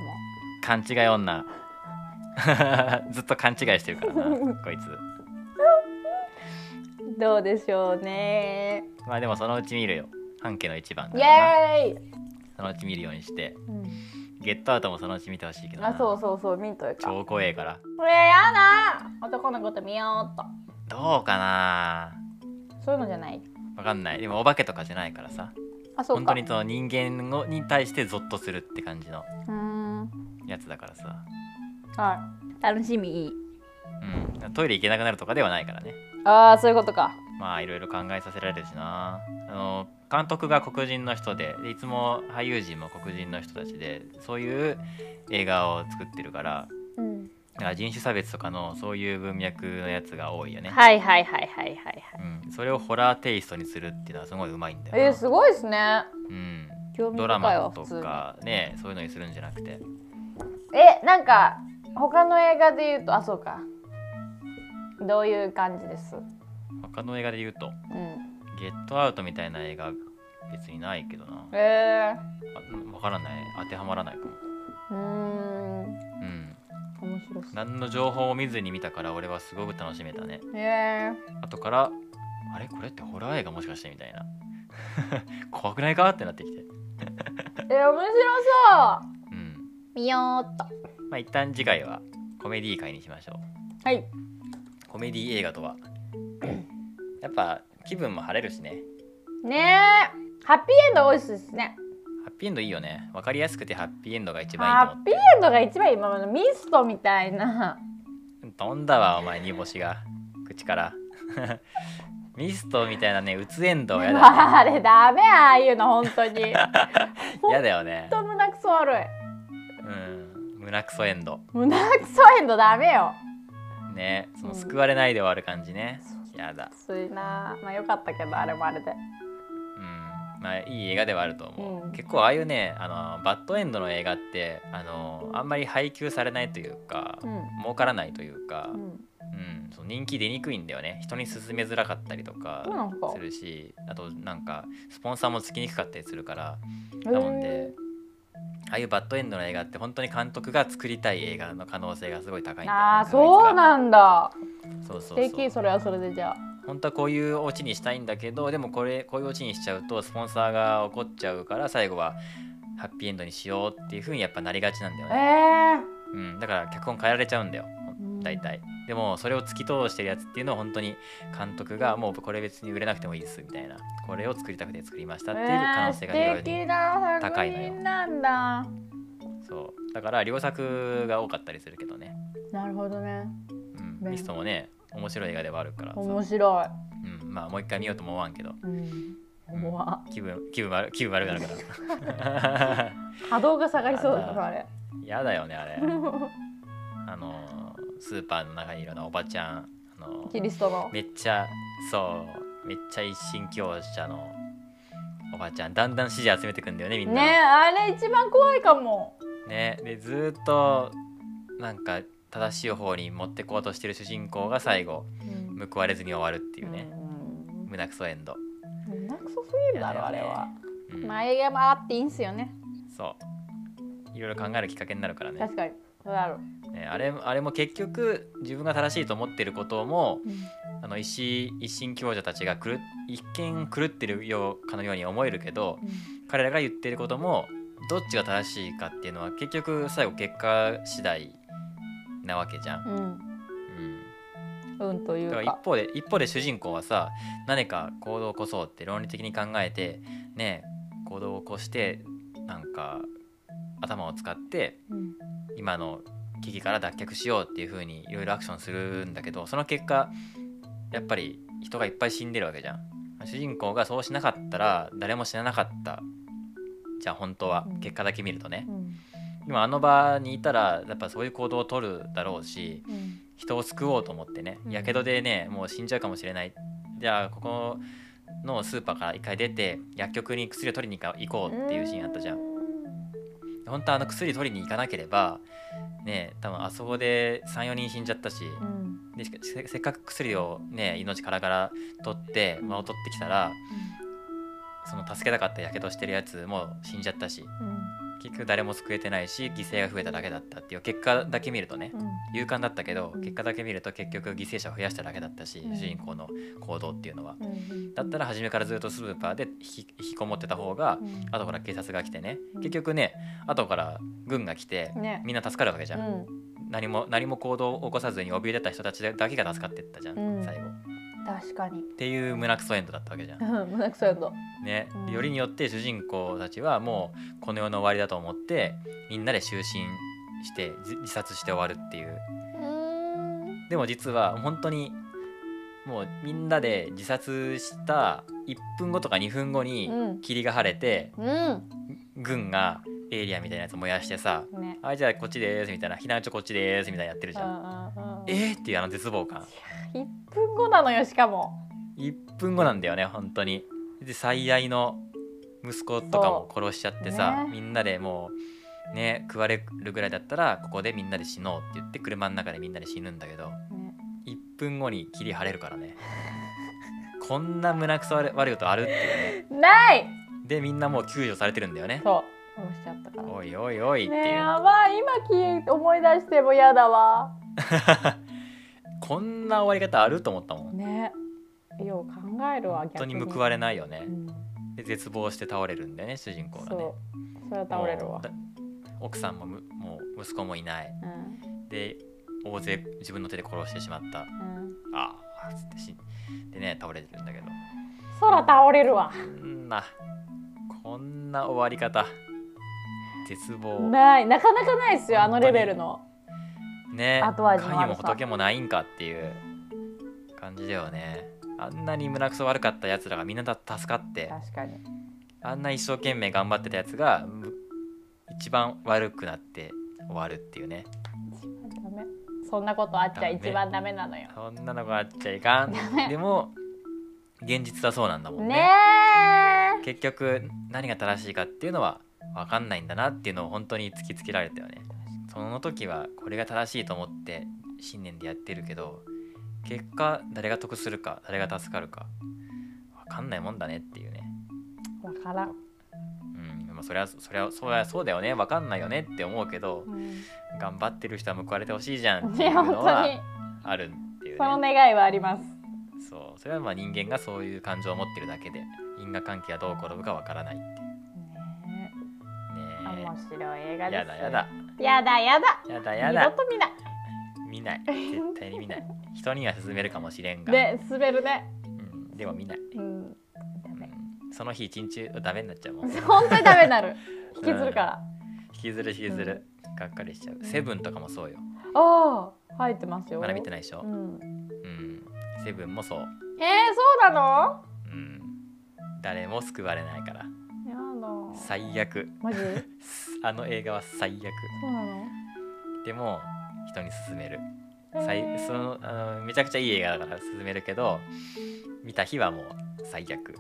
Speaker 3: 勘違い女 ずっと勘違いしてるからなこいつ
Speaker 2: うどうでしょうね
Speaker 3: まあでもそのうち見るよ半径の一番だ
Speaker 2: イ
Speaker 3: からな
Speaker 2: エーイ、
Speaker 3: そのうち見るようにして
Speaker 2: うん
Speaker 3: ゲットアウトもそのうち見てほしいけどな
Speaker 2: あそうそうそうミントよか
Speaker 3: 超怖えから
Speaker 2: これやだ男のこと見ようっと
Speaker 3: どうかな
Speaker 2: そういうのじゃない
Speaker 3: わかんないでもお化けとかじゃないからさ
Speaker 2: あそう
Speaker 3: 本
Speaker 2: か
Speaker 3: 当にその人間をに対してゾッとするって感じの
Speaker 2: うーん
Speaker 3: やつだからさ、
Speaker 2: はい楽しみ
Speaker 3: うん、トイレ行けなくなるとかではないからね
Speaker 2: ああそういうことか
Speaker 3: まあいろいろ考えさせられるしなあの監督が黒人の人ででいつも俳優陣も黒人の人たちでそういう映画を作ってるから
Speaker 2: うん
Speaker 3: だから人種差別とかのそういう文脈のやつが多いよね、
Speaker 2: はいはいはいはいはいはい
Speaker 3: うん、それをホラーテイストにするっていうのはすごいうまいんだよな
Speaker 2: えー、すごいですね
Speaker 3: うん、
Speaker 2: 興味
Speaker 3: ド
Speaker 2: 深
Speaker 3: ラ
Speaker 2: いわ
Speaker 3: マと
Speaker 2: 普通に
Speaker 3: かねそういうのにするんじゃなくて
Speaker 2: えなんか他の映画で言うとあそうかどういう感じです
Speaker 3: 他の映画で言うと
Speaker 2: うん
Speaker 3: 「ゲットアウト」みたいな映画別にないけどな
Speaker 2: え
Speaker 3: 分からない当てはまらないか
Speaker 2: ー、うー
Speaker 3: も
Speaker 2: ん
Speaker 3: うん
Speaker 2: 面白そう
Speaker 3: 何の情報を見ずに見たから俺はすごく楽しめたね
Speaker 2: え
Speaker 3: 後からあれこれってホラー映画もしかしてみたいな 怖くないかってなってきて
Speaker 2: ー、え面白そう
Speaker 3: うん
Speaker 2: 見ようっと
Speaker 3: まあ一旦次回はコメディ会にしましょ
Speaker 2: はい、
Speaker 3: うコメディ映画とはやっぱ気分も晴れるしね
Speaker 2: ねえハッピーエンド多いですしね
Speaker 3: ハッピーエンドいいよね分かりやすくてハッピーエンドが一番いいと
Speaker 2: ハ
Speaker 3: 思
Speaker 2: ッピーエンドが一番今までミストみたいな
Speaker 3: う飛んだわお前煮干しが口から ミストみたいなねうつエンドはや だ
Speaker 2: あれダメああいうの本当にほん
Speaker 3: やだよね
Speaker 2: と胸くそ悪い
Speaker 3: うん胸クソエンド
Speaker 2: 胸くそエンドダメよ
Speaker 3: ねその
Speaker 2: うん
Speaker 3: 救われないで終わる感じね、やだ
Speaker 2: きついなまあよかったけどあれもあれで
Speaker 3: うんまあいい映画ではあると思う、
Speaker 2: うん
Speaker 3: 結構ああいうねあのバッドエンドの映画ってあのあんまり配給されないというか、
Speaker 2: うん
Speaker 3: 儲からないというか、
Speaker 2: うん
Speaker 3: うん、そう人気出にくいんだよね人に勧めづらかったりとか
Speaker 2: そうなんか
Speaker 3: するしあとなんかスポンサーもつきにくかったりするから
Speaker 2: な
Speaker 3: なもんでああいうバッドエンドの映画って本当に監督が作りたい映画の可能性がすごい高いんだよね
Speaker 2: あー
Speaker 3: 確率が
Speaker 2: そうなんだ
Speaker 3: そうそう
Speaker 2: 素
Speaker 3: そう
Speaker 2: 敵それはそれでじゃあ
Speaker 3: 本当はこういうオチにしたいんだけどでもこれこういうオチにしちゃうとスポンサーが怒っちゃうから最後はハッピーエンドにしようっていう風にやっぱなりがちなんだよね、
Speaker 2: え
Speaker 3: うん、だから脚本変えられちゃうんだよ
Speaker 2: ー
Speaker 3: 大体でもそれを突き通してるやつっていうのは本当に監督がもうこれ別に売れなくてもいいですみたいなこれを作りたくて作りましたっていう可能性が
Speaker 2: えー
Speaker 3: 広
Speaker 2: 素
Speaker 3: い、ね
Speaker 2: 敵な
Speaker 3: 高
Speaker 2: 作
Speaker 3: いのよ
Speaker 2: 品なんだ
Speaker 3: そうだから両作が多かったりするけどね、
Speaker 2: なるほどね
Speaker 3: うん、
Speaker 2: ね
Speaker 3: ミストもね面白い映画ではあるからさ、う
Speaker 2: 面白い、
Speaker 3: ん、まあもう一回見ようとも思わんけど
Speaker 2: うん、
Speaker 3: うん
Speaker 2: うわ
Speaker 3: 気分気分悪気分悪くな るから
Speaker 2: 波動が下がりそうだ
Speaker 3: あら
Speaker 2: なあれ
Speaker 3: やだよねあれあのースーパーの中にいるようなおばちゃんあのー
Speaker 2: キリストの
Speaker 3: めっちゃそうめっちゃ一神教者のおばちゃんだんだん支持集めてくんだよねみん
Speaker 2: ね
Speaker 3: な
Speaker 2: あれ一番怖いかも
Speaker 3: ねでずーっとなんか正しい方に持ってこうとしてる主人公が最後
Speaker 2: うん
Speaker 3: 報われずに終わるっていうね
Speaker 2: うん
Speaker 3: 胸くそエンド
Speaker 2: 胸くそすぎるだろあれは
Speaker 3: うん
Speaker 2: まあ映画もあっていいんすよね
Speaker 3: そういろいろ考えるきっかけになるからね
Speaker 2: 確かにそうだろう
Speaker 3: ねあれあれも結局自分が正しいと思ってることもあの一一神教者たちが狂っ一見狂ってるようかのように思えるけど彼らが言ってることもどっちが正しいかっていうのは結局最後結果次第なわけじゃん。
Speaker 2: うん
Speaker 3: うん、
Speaker 2: うんとい
Speaker 3: だから
Speaker 2: う
Speaker 3: 一
Speaker 2: か
Speaker 3: 方で一方で主人公はさ何か行動を起こそうって論理的に考えてねえ行動を起こしてなんか頭を使って
Speaker 2: うん
Speaker 3: 今の危機から脱却しようっていう風にいろいろアクションするんだけどその結果やっぱり人がいっぱい死んでるわけじゃん主人公がそうしなかったら誰も死ななかったじゃあ本当は
Speaker 2: うん
Speaker 3: 結果だけ見るとね
Speaker 2: うん
Speaker 3: でもあの場にいたらやっぱそういう行動をとるだろうし
Speaker 2: うん
Speaker 3: 人を救おうと思ってね
Speaker 2: うん
Speaker 3: やけどでねもう死んじゃうかもしれないじゃあここのスーパーから一回出て薬局に薬を取りに行か行こうっていうシーンあったじゃん本当はあの薬取りに行かなければね多分あそこで34人死んじゃったし
Speaker 2: うん
Speaker 3: でしかせせっかく薬をね命からから取って物を取ってきたらその助けたかったやけどしてるやつも死んじゃったし結局誰も救えてないし犠牲が増えただけだったっていう結果だけ見るとね
Speaker 2: うんうん
Speaker 3: 勇敢だったけど
Speaker 2: うん
Speaker 3: 結果だけ見ると結局犠牲者を増やしただけだったし
Speaker 2: うん
Speaker 3: 主人公の行動っていうのは。
Speaker 2: うん
Speaker 3: だったら初めからずっとスーパーで引き引きこもってた方が
Speaker 2: うん
Speaker 3: 後から警察が来てね
Speaker 2: うん
Speaker 3: 結局ね後から軍が来て
Speaker 2: ね
Speaker 3: みんな助かるわけじゃん、
Speaker 2: うん
Speaker 3: 何も何も行動を起こさずに怯えてた人たちだけが助かってったじゃん、
Speaker 2: うん
Speaker 3: 最後っ
Speaker 2: 確かに
Speaker 3: ていう胸クソエンドだったわけじゃん
Speaker 2: うん胸くそやと
Speaker 3: ね、
Speaker 2: うん
Speaker 3: よりによって主人公たちはもうこの世の終わりだと思ってみんなで就寝して自自殺して終わるっていう
Speaker 2: うん
Speaker 3: でも実は本当にもうみんなで自殺した1分後とか2分後に
Speaker 2: うん
Speaker 3: 霧が晴れて、
Speaker 2: うん
Speaker 3: 軍がエイリアンみたいなやつ燃やしてさ
Speaker 2: ね
Speaker 3: 「あじゃあこっちです」みたいな「避難所こっちです」みたいなやってるじゃん。
Speaker 2: 1
Speaker 3: えーっていうあの絶望感
Speaker 2: 分後なのよしかも
Speaker 3: 1分後なんだよね本当にで最愛の息子とかも殺しちゃってさ、
Speaker 2: そうね
Speaker 3: みんなでもうね食われるぐらいだったらここでみんなで死のうって言って車の中でみんなで死ぬんだけど
Speaker 2: ね
Speaker 3: 1分後に霧晴れるか らねこんな胸くそ悪い悪いことあるっていうね
Speaker 2: ない
Speaker 3: でみんなもう救助されてるんだよね
Speaker 2: そう殺しちゃったからね
Speaker 3: おいおいおいっていう、
Speaker 2: えやばい今消え思い出しても嫌だわ
Speaker 3: こんな終わり方あると思ったもん
Speaker 2: ねよう考えるわ
Speaker 3: 本当
Speaker 2: 逆
Speaker 3: に
Speaker 2: に
Speaker 3: 報われないよね
Speaker 2: うん
Speaker 3: で絶望して倒れるんだよね主人公がね
Speaker 2: そうそれは倒れる
Speaker 3: も
Speaker 2: わ
Speaker 3: うだ奥さんもむもう息子もいない
Speaker 2: うん
Speaker 3: で大勢自分の手で殺してしまった
Speaker 2: うん
Speaker 3: あーっつって死んでね倒れてるんだけど
Speaker 2: 空倒れるわ
Speaker 3: こんなこんな終わり方絶望ね
Speaker 2: ないなかなかないですよあのレベルの
Speaker 3: ね
Speaker 2: 後味もあるさ
Speaker 3: 神も仏もないんかっていう感じだよねあんなに胸くそ悪かったやつらがみんなだ助かって
Speaker 2: 確かに
Speaker 3: あんな一生懸命頑張ってたやつがむ一番悪くなって終わるっていうね
Speaker 2: 一番ダメそんなことあっちゃ一番ダメなのよ
Speaker 3: そんなのがあっちゃいかんでも現実だそうなんだもんね
Speaker 2: ねえ
Speaker 3: 結局何が正しいかっていうのは分かんないんだなっていうのを本当に突きつけられたよねその時はこれが正しいと思って信念でやってるけど結果誰が得するか誰が助かるか分かんないもんだねっていうね
Speaker 2: わからん、
Speaker 3: うんまあそれはそれはそうやそうだよね分かんないよねって思うけど頑張ってる人は報われてほしいじゃんってい
Speaker 2: ね
Speaker 3: う
Speaker 2: 本
Speaker 3: の
Speaker 2: 当に
Speaker 3: はあるっていう
Speaker 2: その
Speaker 3: ね
Speaker 2: 願いはあります
Speaker 3: そうそれはまあ人間がそういう感情を持ってるだけで因果関係はどう転ぶか分からないっていう
Speaker 2: ねえ
Speaker 3: ね
Speaker 2: 面白い映画です
Speaker 3: やだやだ
Speaker 2: やだやだ
Speaker 3: やだやだ
Speaker 2: 二度と見ない
Speaker 3: 見ない絶対に見ない人には勧めるかもしれんが、
Speaker 2: で滑るね
Speaker 3: うん、でも見ない、
Speaker 2: うんダ
Speaker 3: う
Speaker 2: メ
Speaker 3: ん、その日一日ダメになっちゃうもん
Speaker 2: 本当にダメにな る引きずるから
Speaker 3: 引きずる引きずる、がっかりしちゃうセブンとかもそうよ
Speaker 2: ああ入ってますよ
Speaker 3: まだ見て
Speaker 2: ない
Speaker 3: ないでしょ
Speaker 2: う、ん
Speaker 3: うん、セブンもそう、
Speaker 2: えー、そうなの
Speaker 3: うん、誰も救われないから
Speaker 2: やだ
Speaker 3: 最悪
Speaker 2: マジそ
Speaker 3: あの映画は最悪
Speaker 2: うなの
Speaker 3: でも人に勧める
Speaker 2: え
Speaker 3: 最
Speaker 2: ー
Speaker 3: そのあのめちゃくちゃいい映画だから勧めるけど見た日はもう最悪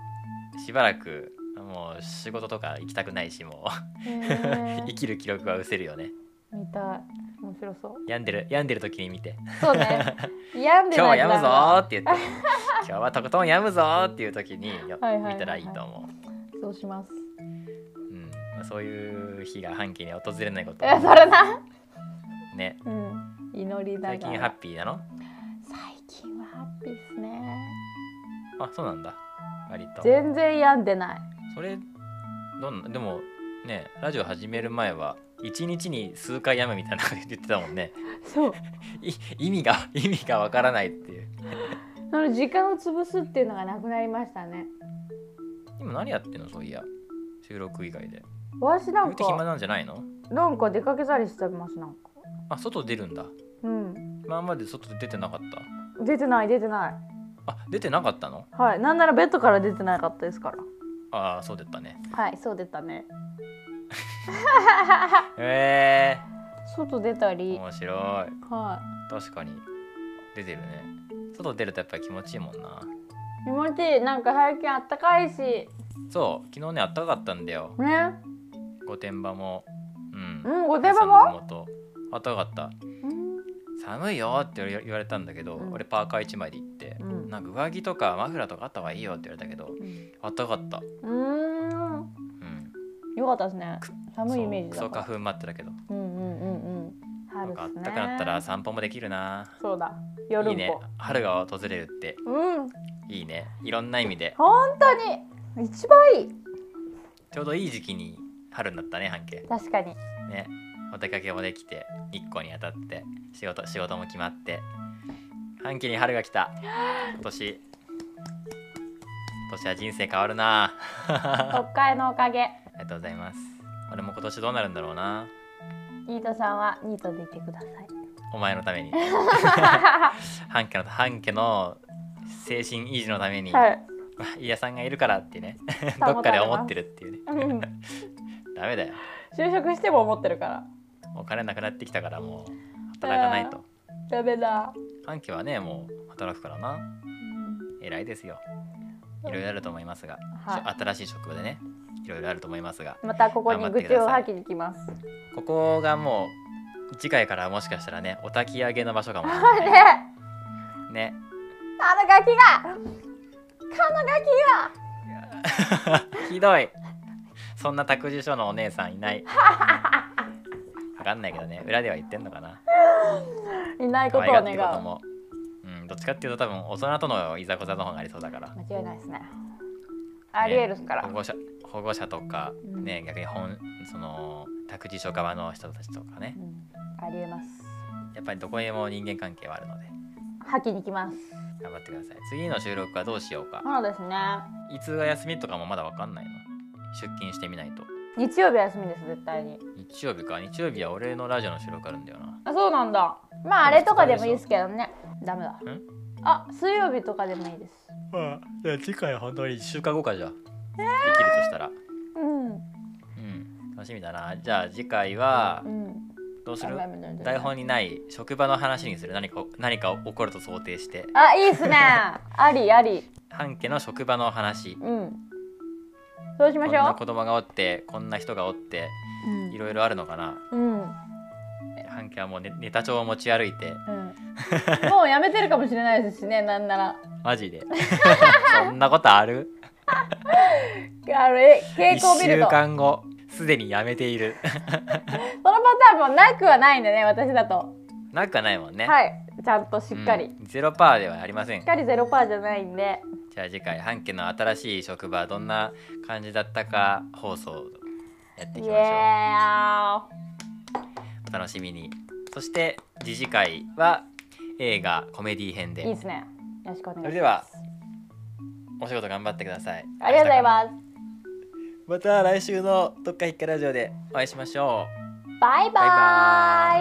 Speaker 3: しばらくもう仕事とか行きたくないしも
Speaker 2: え
Speaker 3: う 生
Speaker 2: ー
Speaker 3: きる気力は失せるよね
Speaker 2: 見たい面白 そう
Speaker 3: 病んでる病んでる時に 見て
Speaker 2: そうね病ん
Speaker 3: 「
Speaker 2: で
Speaker 3: 今
Speaker 2: な
Speaker 3: 日はい
Speaker 2: と
Speaker 3: 病むぞ」
Speaker 2: ダ
Speaker 3: って言って 「今日はとことん病むぞ」っていう時によ
Speaker 2: はいはいはいはい
Speaker 3: 見たらいいと思
Speaker 2: メだそうします
Speaker 3: う、うんまあ、そういう日が半期に訪れないこと
Speaker 2: えそれな
Speaker 3: ね
Speaker 2: うん祈りな
Speaker 3: 最
Speaker 2: が
Speaker 3: 近ハ
Speaker 2: ら
Speaker 3: ッピーなの
Speaker 2: 最近はハッピーですね
Speaker 3: あそうなんだ割と
Speaker 2: 全然病んでない
Speaker 3: それどんなでもねラジオ始める前は一日に数回やむみたいなこと言ってたもんね
Speaker 2: そう
Speaker 3: い意味が意味がわからないっていう
Speaker 2: その時間を潰すっていうのがなくなりましたね
Speaker 3: 今何やってんのそういや収録以外で
Speaker 2: 私な
Speaker 3: 言
Speaker 2: ん
Speaker 3: うて暇
Speaker 2: か
Speaker 3: なんじゃないの
Speaker 2: なんか出かけたりしてますなんか
Speaker 3: あ外出るんだ
Speaker 2: うん
Speaker 3: 今まで外出てなかった
Speaker 2: 出てない出てない
Speaker 3: あ出てなかったの
Speaker 2: はいなんならベッドから出てなかったですから
Speaker 3: ああそうだったね
Speaker 2: はいそう出たね
Speaker 3: へ
Speaker 2: 外出た
Speaker 3: え
Speaker 2: り
Speaker 3: 面白い
Speaker 2: は
Speaker 3: 確かに出てるね外出るとやっぱり気持ちいいもんない
Speaker 2: 気持ちいいなんか最近あったかいしね
Speaker 3: そう昨日ねあったかかったんだよ御殿場もう
Speaker 2: う
Speaker 3: ん
Speaker 2: ん御殿場も
Speaker 3: 朝のあったかかった寒いよって言われ言われたんだけど、
Speaker 2: うん
Speaker 3: 俺パーカー1枚で行って、
Speaker 2: うん
Speaker 3: なんか上着とかマフラーとかあった方がいいよって言われたけど
Speaker 2: うん
Speaker 3: あったかかった、
Speaker 2: うんう
Speaker 3: うん、
Speaker 2: ーんよかったですね寒いイメージ
Speaker 3: そ
Speaker 2: だ
Speaker 3: うクソ
Speaker 2: か
Speaker 3: 花粉待ってたけど
Speaker 2: らうんうんうんうん春
Speaker 3: なん
Speaker 2: っ
Speaker 3: かあっ
Speaker 2: すね
Speaker 3: たかなったら散歩もできるな
Speaker 2: そうだ夜
Speaker 3: い
Speaker 2: ん
Speaker 3: い
Speaker 2: ぽ
Speaker 3: ね春が訪れるって
Speaker 2: うん
Speaker 3: いいねいろんな意味で
Speaker 2: 本当に一番いい
Speaker 3: ちょうどいい時期に春になったね半径
Speaker 2: 確 かに
Speaker 3: ねお出かけもできて日光に当たって仕事仕事も決まって半期に春が来た今年今年は人生変わるなあ
Speaker 2: 特会のおかげ
Speaker 3: りがとうございます俺も今年どうなるんだろうな
Speaker 2: ニートさんはニートでいてくだ さい
Speaker 3: お前のために半家の半家の精神維持のために、
Speaker 2: はい
Speaker 3: まあ、家さんがいるからって ね
Speaker 2: 保たれます
Speaker 3: どっかで思ってるっていうね
Speaker 2: うん
Speaker 3: ダメだよ
Speaker 2: 就職しても思ってるから
Speaker 3: お金なくなってきたからもう働かないと
Speaker 2: ダメだ
Speaker 3: 半家はねもう働くからな偉いですよいろいろあると思いますが、
Speaker 2: は
Speaker 3: 新しい職場でねいろいろあると思いますが
Speaker 2: いまたここに愚痴を吐きに来ます
Speaker 3: ここがもう次回からはもしかしたらねお焚き上げの場所かもしれ
Speaker 2: あ
Speaker 3: な
Speaker 2: れ
Speaker 3: い
Speaker 2: ね
Speaker 3: ね
Speaker 2: あのガキがあのガキが
Speaker 3: ひどいそんな託児所のお姉さんいないわかんないけどね裏では言ってんのかない
Speaker 2: ないこ
Speaker 3: 可
Speaker 2: とを
Speaker 3: 愛が
Speaker 2: 願
Speaker 3: って
Speaker 2: う
Speaker 3: 子供うんどっちかっていうと多分大人とのいざこざの方がありそうだから
Speaker 2: 間違いないですねありえるっすから、
Speaker 3: 保護者保護者とか
Speaker 2: うん
Speaker 3: ね、逆に本その託児所側の人たちとかね
Speaker 2: うんありえます
Speaker 3: やっぱりどこへも人間関係はあるので
Speaker 2: 吐きに来ます
Speaker 3: 頑張ってください次の収録はどうしようか
Speaker 2: そうですね
Speaker 3: いつが休みとかもまだわかんないの出勤してみないと
Speaker 2: 日曜日は休みです絶対に
Speaker 3: 日曜日か日曜日は俺のラジオの収録あるんだよな
Speaker 2: あそうなんだまああれとかでもいいですけどねダメだあ水曜日とかでもいいです
Speaker 3: まあ、じゃあ次回本当に1週間後かじゃあ、できるとしたら
Speaker 2: うん
Speaker 3: うん楽しみだなじゃあ次回は
Speaker 2: うん
Speaker 3: どうする
Speaker 2: あダメダメダメ
Speaker 3: 台本にない職場の話にする何か何か起こると想定して
Speaker 2: あいいっすねありあり
Speaker 3: 半家の職場の話
Speaker 2: うんそうしま
Speaker 3: こん
Speaker 2: しょ
Speaker 3: な
Speaker 2: う
Speaker 3: 子供がおってこんな人がおっていろいろあるのかな
Speaker 2: うん、うん
Speaker 3: 半家はもうネネタ帳を持ち歩いて
Speaker 2: うん、もうやめてるかもしれないですしねなんなら
Speaker 3: マジ でそんなことある
Speaker 2: あれ傾向を
Speaker 3: 1
Speaker 2: 見る
Speaker 3: 週
Speaker 2: とその
Speaker 3: 間後すでにやめている
Speaker 2: パターンもなくはないんでね私だと
Speaker 3: なくはないもんね、
Speaker 2: はいちゃんとしっかり、
Speaker 3: うんゼロパーではありません
Speaker 2: しっかりゼロパーじゃないんで
Speaker 3: じゃあ次回半家の新しい職場はどんな感じだったか放送やってい
Speaker 2: イ
Speaker 3: き
Speaker 2: エ
Speaker 3: ましょう
Speaker 2: ー
Speaker 3: お楽しみにそして次次回は映画コメディ
Speaker 2: イ
Speaker 3: 編
Speaker 2: いい
Speaker 3: で
Speaker 2: ですねよろしくお願いします
Speaker 3: それではお仕事頑張ってください
Speaker 2: ありがとうございます
Speaker 3: また来週のどっかひっかラジオでお会いしましょう
Speaker 2: バイバ
Speaker 3: バイバ
Speaker 2: イ
Speaker 3: ーイ